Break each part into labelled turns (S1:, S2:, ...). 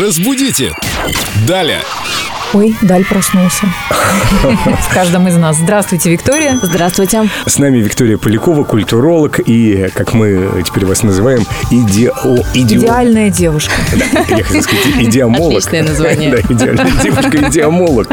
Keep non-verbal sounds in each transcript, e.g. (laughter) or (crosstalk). S1: Разбудите! Далее!
S2: Ой, Даль проснулся. (laughs) В каждом из нас. Здравствуйте, Виктория.
S3: Здравствуйте.
S4: С нами Виктория Полякова, культуролог и, как мы теперь вас называем, идео... идео-
S2: Идеальная девушка.
S4: Я хотел сказать, идеомолог.
S3: Отличное название.
S4: (laughs) Да, идеальная девушка, идеомолог.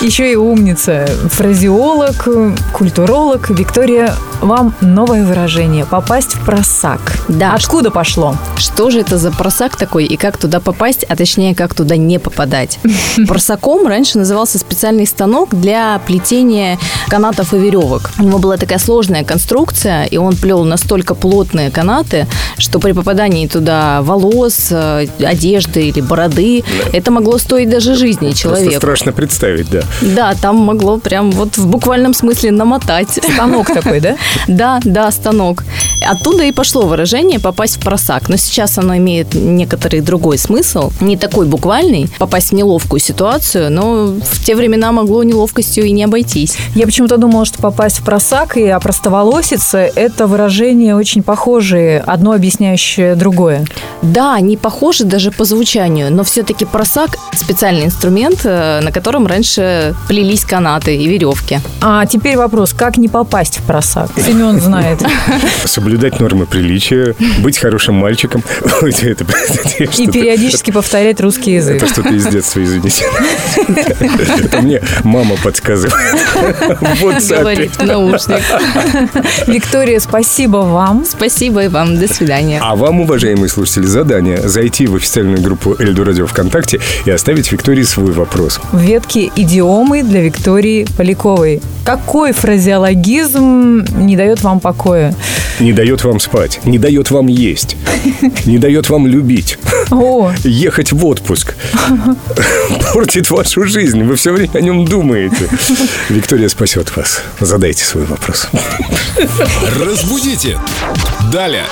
S2: Еще и умница. Фразеолог, э, культуролог. Виктория, вам новое выражение. Попасть в просак.
S3: Да.
S2: Откуда пошло?
S3: Что же это за просак такой и как туда попасть, а точнее, как туда не попадать? Просаком раньше назывался специальный станок для плетения канатов и веревок. У него была такая сложная конструкция, и он плел настолько плотные канаты, что при попадании туда волос, э, одежды или бороды, это могло стоить даже жизни
S4: Просто
S3: человеку.
S4: страшно представить, да.
S3: Да, там могло прям вот в буквальном смысле намотать.
S2: Станок
S3: (laughs)
S2: такой, да?
S3: Да, да, станок. Оттуда и пошло выражение «попасть в просак». Но сейчас оно имеет некоторый другой смысл. Не такой буквальный. Попасть в неловкую ситуацию, но в те времена могло неловкостью и не обойтись.
S2: Я почему-то думала, что попасть в просак и опростоволоситься – это выражение очень похожие, одно объясняющее другое.
S3: Да, они похожи даже по звучанию, но все-таки просак – специальный инструмент, э, на котором раньше плелись канаты и веревки.
S2: А теперь вопрос, как не попасть в просак? Семен знает.
S4: Соблюдать нормы приличия, быть хорошим мальчиком. (laughs) Ой, это, простите,
S2: И
S4: что-то-
S2: периодически повторять русский
S4: (laughs)
S2: язык.
S4: Это что-то из детства, извините. (laughs) Это мне мама подсказывает. (laughs) Вот
S3: Говорит в наушник.
S2: Виктория, спасибо вам.
S3: Спасибо и вам. До свидания.
S4: А вам, уважаемые слушатели, задание зайти в официальную группу Эльду Радио ВКонтакте и оставить Виктории свой вопрос.
S2: в ветке идиомы для Виктории Поляковой. Какой фразеологизм не дает вам покоя?
S4: Не дает вам спать, не дает вам есть, не дает вам любить,
S2: О,
S4: ехать в отпуск, портит вашу жизнь. Вы все время о нем думаете. Виктория спасет вас. Задайте свой вопрос.
S1: Разбудите! Далее!